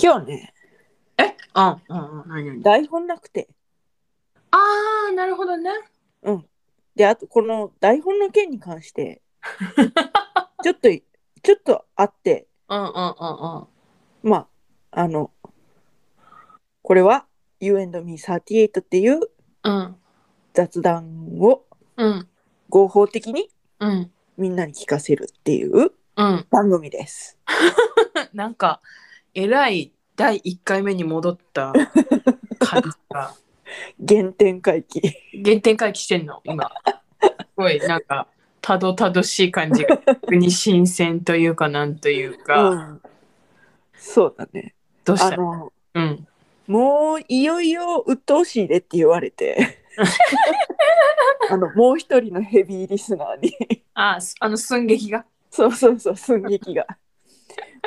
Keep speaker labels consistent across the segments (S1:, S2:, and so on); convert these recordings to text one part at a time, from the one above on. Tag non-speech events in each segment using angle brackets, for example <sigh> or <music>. S1: 今日ね、
S2: えあ、あ、何々
S1: 台本なくて。
S2: あー、なるほどね。
S1: で、あと、この台本の件に関
S2: <laughs>
S1: して、ちょっと、ちょっとあって、
S2: うんうんうんうん。
S1: まあ、あの、これは You and Me38 っていう
S2: うん
S1: 雑談を
S2: うん
S1: 合法的に
S2: うん
S1: みんなに聞かせるっていう
S2: うん。
S1: 番組です。
S2: なんか、えらい第一回目に戻った感じ <laughs> が、
S1: 原点回帰。
S2: 原点回帰してんの、今。すごい、なんか、たどたどしい感じが、逆に新鮮というか、なんというか、
S1: うん、そうだね。
S2: どうし
S1: あ
S2: た
S1: の、
S2: うん。
S1: もういよいよ鬱陶しいでって言われ
S2: <laughs>
S1: て。あのもう一人のヘビーリスナーに <laughs>
S2: あ、すあの寸劇が。
S1: そうそうそう寸劇が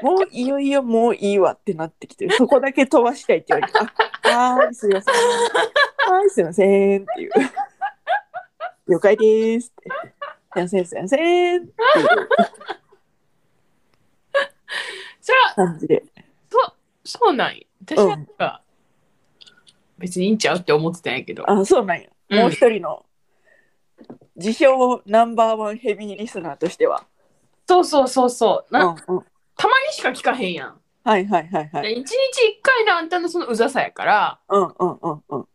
S1: もういよいよもういいわってなってきてるそこだけ飛ばしたいって言われてあはーいすいませんはーいすいませんっていう了解ですってすいませんすいませんっていう
S2: それは、
S1: 感じで
S2: そうなんや私なんか、別にいいんちゃうって思ってたんやけど。
S1: あそうなんや
S2: うん
S1: もう一人の自称ナンバーワンヘビーリスナーとしては、
S2: そうそうそうそう。
S1: うん
S2: な
S1: うん、
S2: たまにしか聞かへんやん。
S1: はいはいはいはい
S2: 一日一回のあんたのそのうざさやから
S1: うんうんうんうん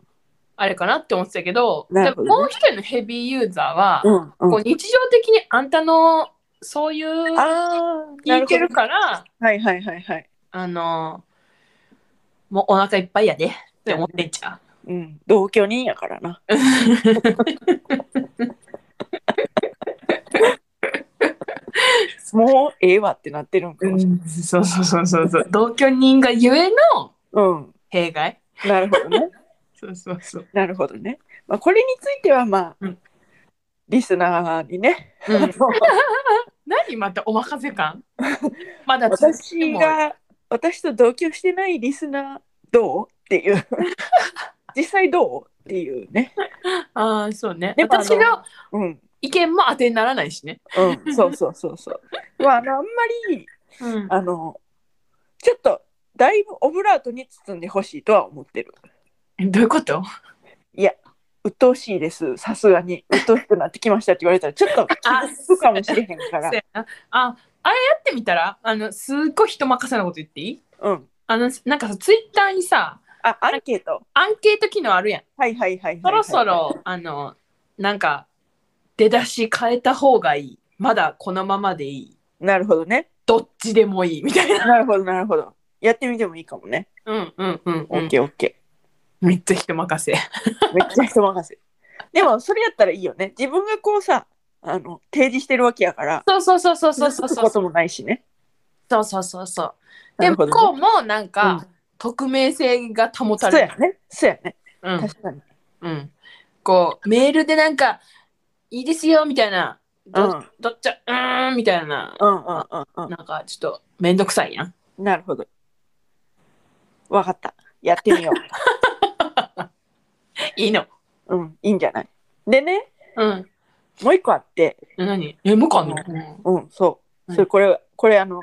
S2: あれかなって思ってたけど
S1: なるほどね
S2: でももう一人のヘビーユーザーは、
S1: うんう
S2: こ
S1: ん
S2: う日常的にあんたのそういう
S1: あーな
S2: 聞い
S1: るほど
S2: てるから
S1: はいはいはいはい
S2: あのもうお腹いっぱいやでって思ってんちゃ
S1: うん同居人やからな
S2: う。
S1: もうええわってなってるんかもしれ
S2: うん <laughs> そうそうそうそうそう同居人がゆえの
S1: ないうん
S2: 弊害
S1: なるほど
S2: <laughs>
S1: ね
S2: そうそうそう、
S1: なるほどね、まあ、これについてはまあ、
S2: うん
S1: リスナーにね、
S2: うん、
S1: もう
S2: 何またお任せ感
S1: <laughs>
S2: まだ続き
S1: 私
S2: も
S1: が私と同居してないリスナーどうっていう
S2: <laughs>
S1: 実際どうっていうね
S2: ああそうね
S1: でもあの
S2: 私の
S1: うん
S2: 意見も当てにならないしね、 <laughs>
S1: うんそうそうそうそうまああのあんまり
S2: うん、
S1: あのちょっとだいぶオブラートに包んでほしいとは思ってる
S2: どういうこと
S1: 鬱陶しいですさすがに鬱陶しくなってきましたって言われたらちょっと
S2: あ
S1: 気づくかもしれへんから
S2: そうやなああれやってみたらあのすっごい人任せなこと言っていい
S1: うん
S2: あのなんかさツイッターにさ
S1: あアンケート
S2: アンケート機能あるやん
S1: はいはいはいはい
S2: そ
S1: はい、
S2: ろそろあのなんか出だし変えた方がいいまだこのままでいい
S1: なるほどね
S2: どっちでもいいみたいな
S1: なるほどなるほどやってみてもいいかもね
S2: うんうんうん、
S1: オ
S2: う
S1: ッ
S2: ん、
S1: ケーオッケ
S2: めっちゃ人任せ
S1: ーめっちゃ人任せでもそれやったらいいよね自分がこうさあの提示してるわけやから
S2: そうそうそうそうそうそう
S1: 嘘つく
S2: そう
S1: こともないしね
S2: そうそうそうそう
S1: な
S2: で
S1: るほ
S2: 向
S1: ど
S2: こ
S1: ね
S2: うもなんか、
S1: うん
S2: 匿名性が保た
S1: そう
S2: れる
S1: やねそうやね
S2: うん
S1: 確かに
S2: うん、こうメールでなんか「いいですよ」みたいな「
S1: うん
S2: ど,、どっちゃうーん」みたいな、
S1: うんうんうんう
S2: なんかちょっとめんどくさいやん。
S1: んなるほどわかったやってみよ
S2: いいの。 <laughs>
S1: ううんいいんじゃないでね
S2: うん。
S1: もう一個あって
S2: え何え、もう一個あんの
S1: うんそう、
S2: はい
S1: それこれこれあの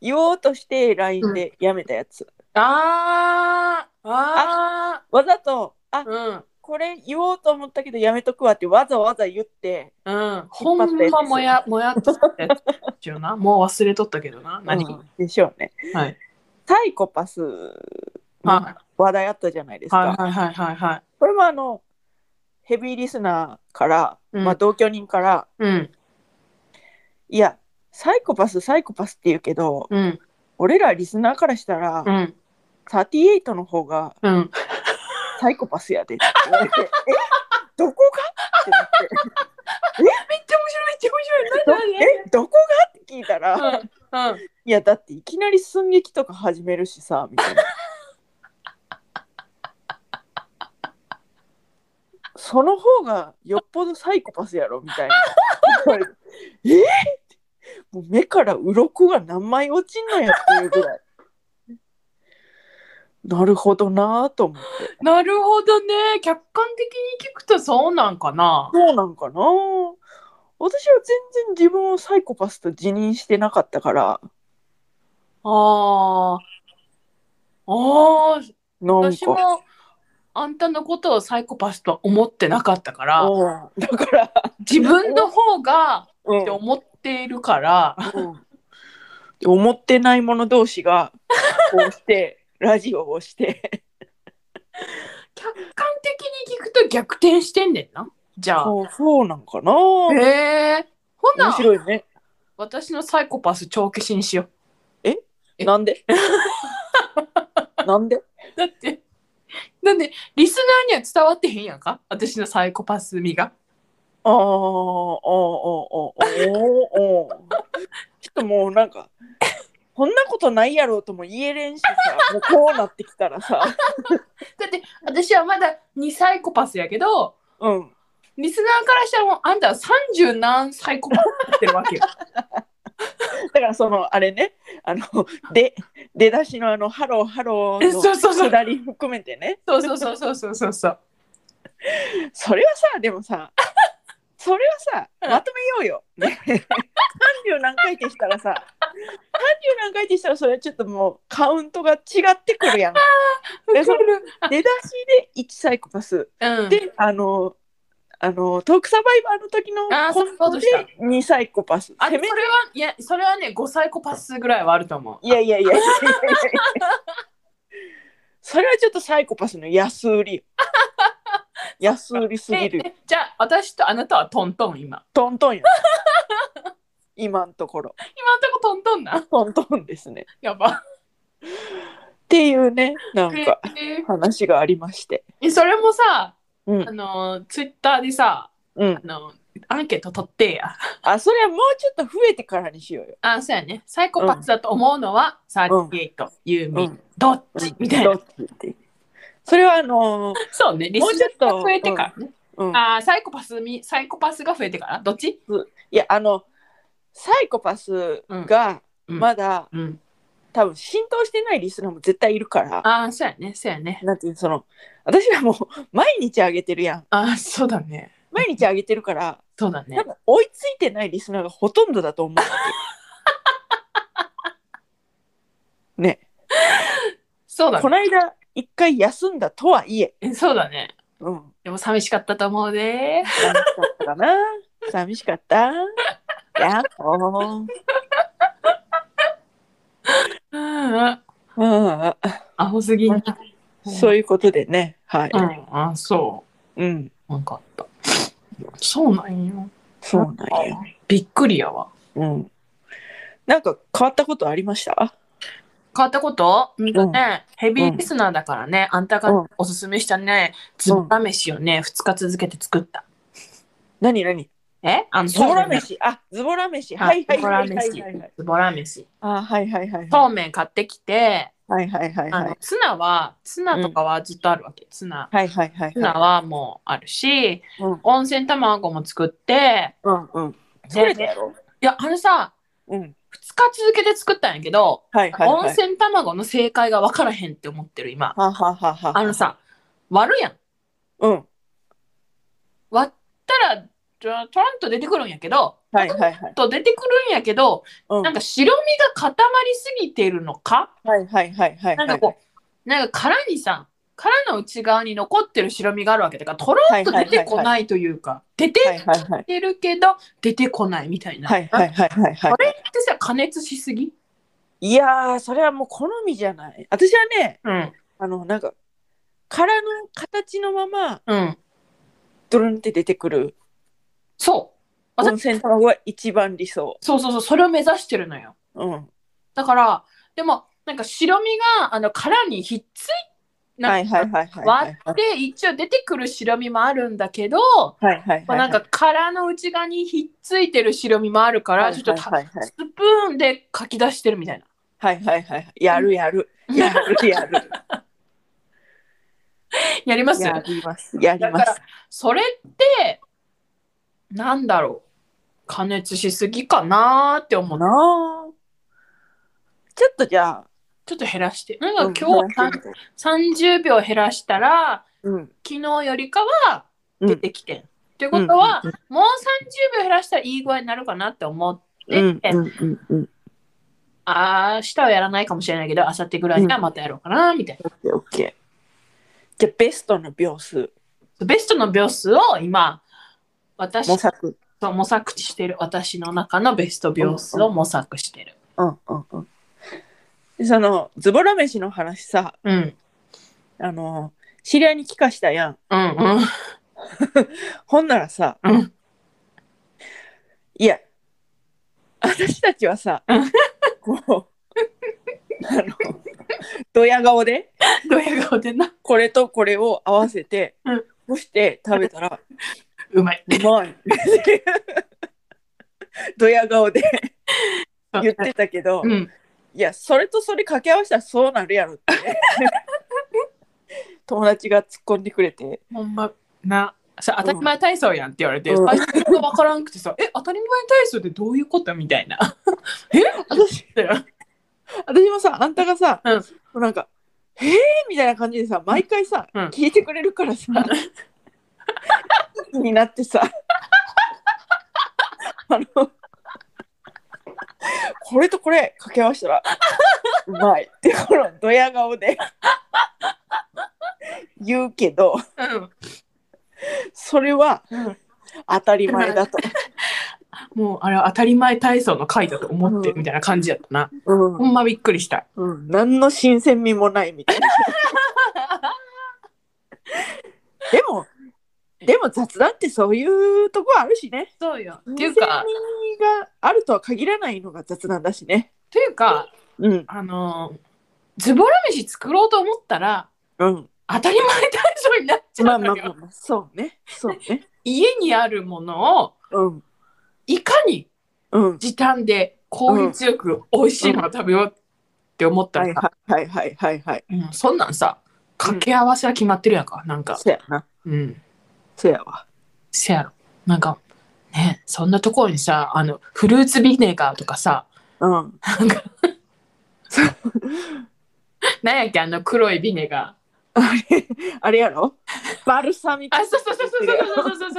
S1: 言おうとして LINE でやめたやつ、
S2: あーあ
S1: わざとあ
S2: ーうん
S1: これ言おうと思ったけどやめとくわってわざわざ言って、
S2: うん。ほんまもやもやっとしたやつよな。もう忘れとったけどな。何、
S1: うんでしょうね
S2: はい。
S1: サイコパスの
S2: は
S1: 話題あったじゃないです
S2: い
S1: か、
S2: はいはいはいはい。
S1: これもあのヘビーリスナーから、
S2: うん
S1: まあ、同居人から
S2: うん
S1: いやサイコパスサイコパスって言うけど、
S2: うん
S1: 俺らリスナーからしたら、
S2: うん
S1: 38の方が <laughs>
S2: うん。
S1: サイコパスやでって言われ
S2: <laughs>
S1: てえどこがってなって
S2: めっちゃ面白いめっちゃ
S1: ど
S2: 面白い。何
S1: えどこがって聞いたら、
S2: 何何うんうん
S1: いやだっていきなり寸劇とか始めるしさみ
S2: <laughs>
S1: たいなその方がよっぽどサイコパスやろみたいな <laughs> えーもう目から鱗が何枚落ちんのやっていうぐらいなるほどなぁと思って
S2: なるほどね。客観的に聞くとそうなんかな。
S1: そうなんかなぁ私は全然自分をサイコパスと自認してなかったから
S2: ああ。ああ、
S1: なん
S2: 私
S1: か。
S2: もあんたのことをサイコパスとは思ってなかったから、
S1: うんだから、
S2: 自分の方が
S1: うん
S2: って思っているから、
S1: うん思ってない者同士がこうして <laughs> ラジオをして
S2: 客観的に聞くと逆転してんねんな。じゃあ。
S1: そうそうなんかな
S2: へ
S1: 面
S2: え。ほな、
S1: 白いね
S2: 私のサイコパス帳消しにしよえ
S1: なん
S2: <laughs>
S1: でなんで
S2: う。だって、なんで、リスナーには伝わってへんやんか私のサイコパス味が。
S1: あーあーあーあーおーおーちょっともうなんかこんなことないやろうとも言えれんしさもうこうなってきたらさ
S2: だって、私はまだ2サイコパスやけど、
S1: うん
S2: リスナーからしたらもうあんたは30何サイコパスになってるわけよ。
S1: だからそのあれねあので出だしのあのハローハロ
S2: え
S1: ー
S2: そうそうそ
S1: の
S2: う
S1: 下り含めてね
S2: <laughs> そうそうそうそうそうそうそう。
S1: それはさでもさそれはさ
S2: うん
S1: まとめようよ。ね30何回転したらさ30何回転したらそれはちょっともうカウントが違ってくるやん。でその出だしで1サイコパス
S2: うん、
S1: であのあのトークサバイバーの時の
S2: あーそう
S1: コント
S2: そう
S1: で2サイコパス。
S2: あ
S1: せ
S2: でも
S1: め
S2: それはいやそれはね5サイコパスぐらいはあると思う。
S1: いやいやいやいやいやいやそれはちょっとサイコパスの安売りよ。安売りすぎ
S2: で
S1: るよ。
S2: でじゃあ私とあなたはトントン今。
S1: トントンよ。今のところ。
S2: 今んとこトントンな。
S1: トントンですね。
S2: <laughs> やば。
S1: っていうね、なんか
S2: え
S1: 話がありまして。
S2: ーそれもさ、
S1: うん
S2: あのツイッターでさ
S1: うん
S2: あ。のアンケート取ってや。
S1: あ、それはもうちょっと増えてからにしようよ。
S2: あそうやね。サイコパスだと思うのは、サーティエイト、ユーミン、
S1: うん
S2: どっちみたい
S1: ど
S2: な。
S1: っちって。それはあのー
S2: そうね。リスナーが増えてからね。
S1: うん。
S2: ああサイコパスみサイコパスが増えてからどっち？
S1: いや、あの、サイコパスが
S2: うん
S1: まだ
S2: うん。
S1: 多分浸透してないリスナーも絶対いるから、
S2: ああそうやねそうやね。
S1: なんていうのその、私はもう毎日あげてるやん。
S2: ああそうだね
S1: 毎日あげてるから、
S2: そうだね
S1: 多。分追いついてないリスナーがほとんどだと思うわけ。ね。
S2: そうだ
S1: こ
S2: ね。
S1: の間一回休んだとはいえ、
S2: えそうだね。
S1: うん、
S2: でも寂しかったと思うで。
S1: 寂しかったかな <laughs> 寂しかったやっほー
S2: うん。
S1: うん
S2: アホすぎん。
S1: そういうことでねはい、
S2: うん。あそ
S1: うん、
S2: う。わかった。そうなんよ。
S1: そうなんや、
S2: びっくりやわ。
S1: うん、なんか変わったことありました
S2: 変わったこと、うんとね、ヘビ
S1: うん
S2: ーリスナーだからね、あんた
S1: うん
S2: がおすすめしたね、ズボラ飯をね、2日続けて作った。
S1: 何何
S2: えあの、
S1: ズボラ
S2: そうめん
S1: 飯あズボラ飯は
S2: はいい
S1: は
S2: ズ
S1: い
S2: ボ
S1: は
S2: ラ
S1: いはい
S2: 飯
S1: はいはい。
S2: ズボラ飯。
S1: あはいはいはい
S2: そうめん買ってきて、
S1: はいはいはい
S2: あ
S1: は
S2: の
S1: い
S2: ツナは、ツナとかはずっとあるわけ。ツナ。
S1: はいはいはい
S2: ツナ
S1: は
S2: はもうあるし、
S1: いうん
S2: 温泉卵も作って、
S1: うんうんそ
S2: で
S1: れでやろ
S2: いや、あのさ、
S1: うん
S2: 2日続けて作ったんやけど、
S1: はいはいは
S2: 温
S1: い
S2: 泉卵の正解が分からへんって思ってる今。
S1: はははは
S2: あのさ、割るやん。
S1: うん
S2: 割ったら、ちょちょんと出てくるんやけど、
S1: はいはいはい
S2: と出てくるんやけど、
S1: うん
S2: なんか白身が固まりすぎてるのか、
S1: はいはいはいはい
S2: なんかこう、なんか殻にさ、殻の内側に残ってる白身があるわけだから、とろっと出てこないというか、出て
S1: はいはいはい
S2: きてるけど、出てこないみたいな。
S1: はいはいはいはいはい
S2: あれってさ、加熱しすぎ
S1: いやーそれはもう好みじゃない私はね
S2: うん。
S1: あのなんか殻の形のまま
S2: うん。
S1: ドルンって出てくる
S2: そう。私
S1: 温泉卵が一番理想
S2: そうそうそう、それを目指してるのよ。
S1: うん
S2: だから、でも、なんか白身が、あの、殻にひっつい、
S1: は
S2: ないん
S1: は
S2: か
S1: いはいはいは
S2: 割
S1: い
S2: って、一応出てくる白身もあるんだけど、
S1: はいはい
S2: ま
S1: は
S2: あ
S1: い
S2: なんか殻の内側にひっついてる白身もあるから、ちょっとた
S1: はいはい
S2: スプーンでかき出してるみたいな。
S1: はいはいはいやるやるやるや
S2: <laughs>
S1: る
S2: やりますよ
S1: やりますやり
S2: だか
S1: ま
S2: ら
S1: す、
S2: それって、なんだろう。加熱しすぎかなーって思
S1: か
S2: う。
S1: なあちょっとじゃあ
S2: ちょっと減らして。な
S1: うん
S2: んか今
S1: 話
S2: 日は
S1: してみて
S2: 30秒減らしたら、
S1: うん
S2: 昨日よりかは
S1: うん
S2: 出てきてん。ということは、
S1: うん
S2: もう30秒減らしたらいい具合になるかなって思って、
S1: うんうんうんうん
S2: あー明日はやらないかもしれないけど、明後日ぐらいにはまたやろうかな、みたい
S1: オッケーオッケー。じゃあベストの秒数
S2: な。ベストの秒数を今、私
S1: 模索。
S2: と模索してる。私の中のベスト秒数を模索してる。
S1: うんうんうん。でそのズボラ飯の話さ
S2: うん。
S1: あの知り合いに聞かしたやん。
S2: うん <laughs> うん。
S1: ほんならさ、
S2: うん
S1: いや私たちはさ
S2: うん
S1: こうあのドヤ顔で
S2: ドヤ顔でな、
S1: これとこれを合わせて
S2: うん
S1: 干して食べたら
S2: うまい。
S1: うまい <laughs> ドヤ顔で言ってたけど、
S2: うん。
S1: いやそれとそれ掛け合わせたらそうなるやろって <laughs> 友達が突っ込んでくれて
S2: ほんまな。さ当たり前体操やんって言われて、
S1: うん
S2: 最初が分からんくてさ、え、当たり前体操ってどういうことみたいな。 <laughs> え
S1: 私
S2: だよ
S1: 私もさあんたがさ、
S2: うん
S1: もうなんか「へえ」みたいな感じでさ毎回さ、
S2: うん
S1: 聞いてくれるからさ、気になって
S2: <laughs>
S1: さあのこれとこれ掛け合わせたらうまいってこのドヤ顔で言うけど
S2: うん
S1: それは当たり前だと。
S2: もうあれは当たり前体操の回だと思ってるみたいな感じやったな。
S1: うん
S2: ほんまびっくりした。
S1: うん、何の新鮮味もないみたいな。でも、でも雑談ってそういうとこあるしね。
S2: <laughs> そうよ。ってい
S1: 新
S2: う
S1: 鮮味
S2: か、っ
S1: があるとは限らないのが雑談だしね。
S2: ていうか、
S1: うん、
S2: あのーズボラ飯作ろうと思ったら、
S1: うん。
S2: 当たり前体操になっち
S1: ま
S2: ゃ
S1: あ
S2: う
S1: まあ
S2: の
S1: まあ
S2: よ。
S1: まあ、そうね。そうね。
S2: 家にあるものを、
S1: うん、
S2: いかに
S1: うん。
S2: 時短で効率よく美味しいもの食べようって思った
S1: は
S2: ら
S1: い
S2: さ、
S1: はいはいはいはい。
S2: うん、そんなんさ掛け合わせは決まってるやんか、なんか
S1: そやな。
S2: うん
S1: そやわ。
S2: せやろなんかねそんなところにさあのフルーツビネガーとかさ
S1: うん。 <laughs>
S2: なんやっけあの黒いビネガ
S1: あれ、あれやろバルサミコ
S2: ーあそうそうそうそうそうそうそ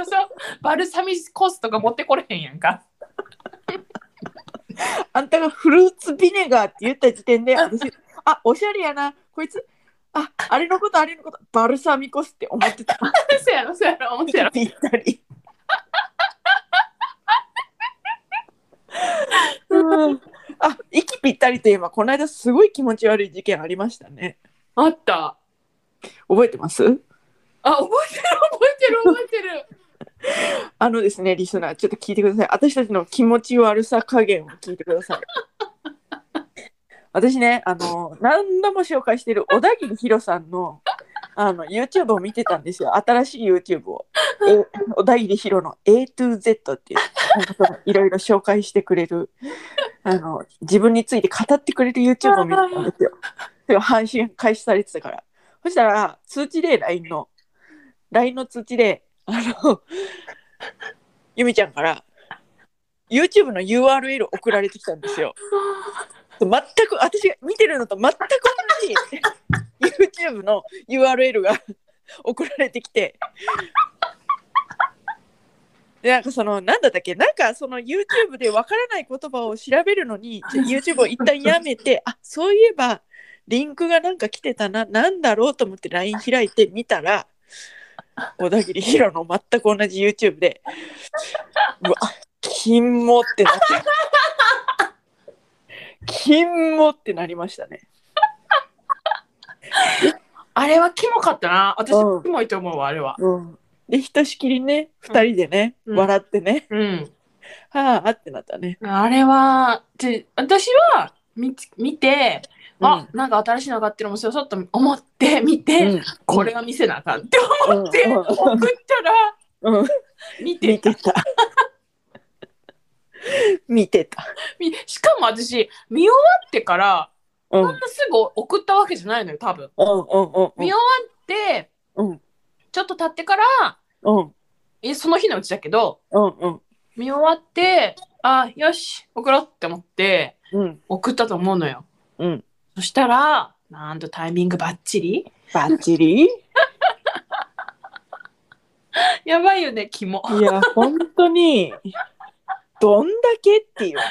S2: うそうそうバルサミコ酢とか持ってこれへんやんか <laughs>
S1: あんたがフルーツビネガーって言った時点で私あおしゃれやなこいつああれのことあれのことバルサミコスって思ってた
S2: せやろせやろ思ってやろ
S1: ぴったりうんあ息ぴったりといえばこの間すごい気持ち悪い事件ありましたね
S2: あった
S1: 覚えてます
S2: あ覚えてる覚えてる覚えてる
S1: あのですねリスナーちょっと聞いてください私たちの気持ち悪さ加減を聞いてください私ねあの何度も紹介してる小田切ヒロさんのあの YouTube を見てたんですよ新しい YouTube をえ小田切ヒロの A to Z っていうあのいろいろ紹介してくれるあの自分について語ってくれる YouTube を見てたんですよでも配信開始されてたからそしたら通知で LINE の LINE の通知であのゆみちゃんから YouTube の URL 送られてきたんですよ。全く私が見てるのと全く同じ YouTube の URL が <laughs> 送られてきて。でなんかそのなんだったっけなんかその YouTube でわからない言葉を調べるのにちょ YouTube を一旦やめてあそういえばリンクがなんか来てたななんだろうと思って LINE 開いて見たら小田切ヒロの全く同じ YouTube でうわ、金もってなった。金もってなりましたね。
S2: あれはキモかったな私
S1: うん
S2: キモいと思うわあれは
S1: で、ひとしきりね、二人でね、
S2: うん
S1: 笑ってね、
S2: うん
S1: はあってなったね。
S2: あれは、で私は見つ見て、あ、なんか新しいの上がってる面白そうと思って <laughs> 見
S1: う
S2: て、
S1: ん、
S2: これは見せなあかんって
S1: うん、
S2: 思って、送った
S1: う
S2: ら
S1: ん、うん、
S2: 見て
S1: 見てた。 <laughs> 見てた。
S2: みしかも私見終わってから
S1: うん、うん
S2: そん、なすぐ送ったわけじゃないのよ多分。
S1: うん、うん、
S2: 見終わって
S1: うん、
S2: ちょっと経ってから
S1: うん、
S2: えその日のうちだけど
S1: うん、うん、
S2: 見終わってあよし送ろうって思って
S1: うん、
S2: 送ったと思うのよ。
S1: うん、
S2: そしたらなんとタイミングバッチリ
S1: バッチリ。い
S2: やばいよねキモ。
S1: や、
S2: <laughs>
S1: 本当に。どんだけっていうね。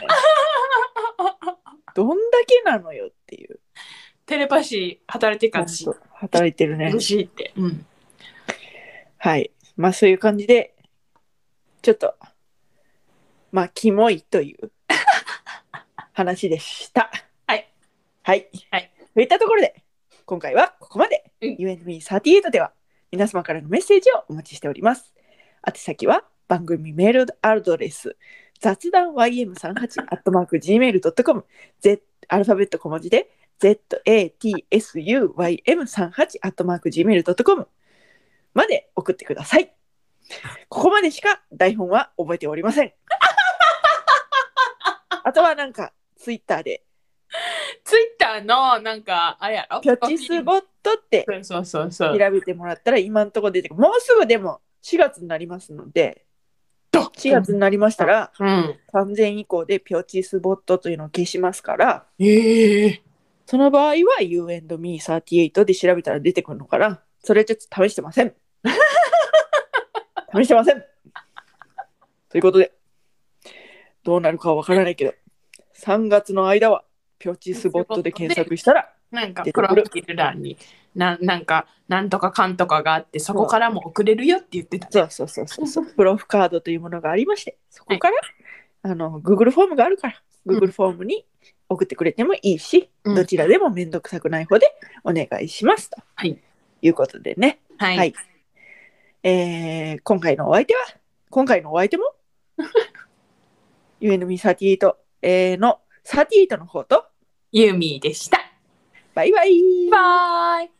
S1: どんだけなのよっていう。
S2: テレパシー働いてるから私
S1: ほんと働いてるね
S2: 嬉。しいって、うん、
S1: はい。まあそういう感じで、ちょっと、まあ、キモいという
S2: <laughs>
S1: 話でした。
S2: はい。
S1: はい。
S2: はい
S1: といったところで、今回はここまで。
S2: うん
S1: UNB38 では、皆様からのメッセージをお待ちしております。宛先は、番組メールアドレス、雑談 ym38-gmail.com、Z、アルファベット小文字で、zatsum38-gmail.com まで送ってください。ここまでしか台本は覚えておりません。あとはなんか、ツイッターで、
S2: ツイッターのなんかあれやろ
S1: ピョチスボットって
S2: そうそうそう
S1: 調べてもらったら今のところ出てくる。もうすぐでも4月になりますので、4月になりましたら、
S2: うん
S1: 3000以降でピョチスボットというのを消しますから、
S2: ええ
S1: その場合は U&Me38 で調べたら出てくるのかなそれちょっと試してません。 <laughs> 試してません。ということで、どうなるかはわからないけど、3月の間はピョチスボットで検索したら、
S2: なんか
S1: 出て
S2: プ
S1: くる
S2: ロフィール欄にななんかなんとかかんとかがあってそこからも送れるよって言ってた
S1: そうそうそうそう
S2: <laughs>
S1: そう、プロフカードというものがありまして、そこから、あの Google フォームがあるから、
S2: うん
S1: Google フォームに送ってくれてもいいし、
S2: うん
S1: どちらでも面倒くさくない方でお願いしますと、
S2: はい、
S1: いうことでね。
S2: はい、
S1: はい。えー今回のお相手は、今回のお相手も、ゆえのみ38、えー、の38の方と、
S2: ユーミーでした
S1: バイバイ
S2: バイ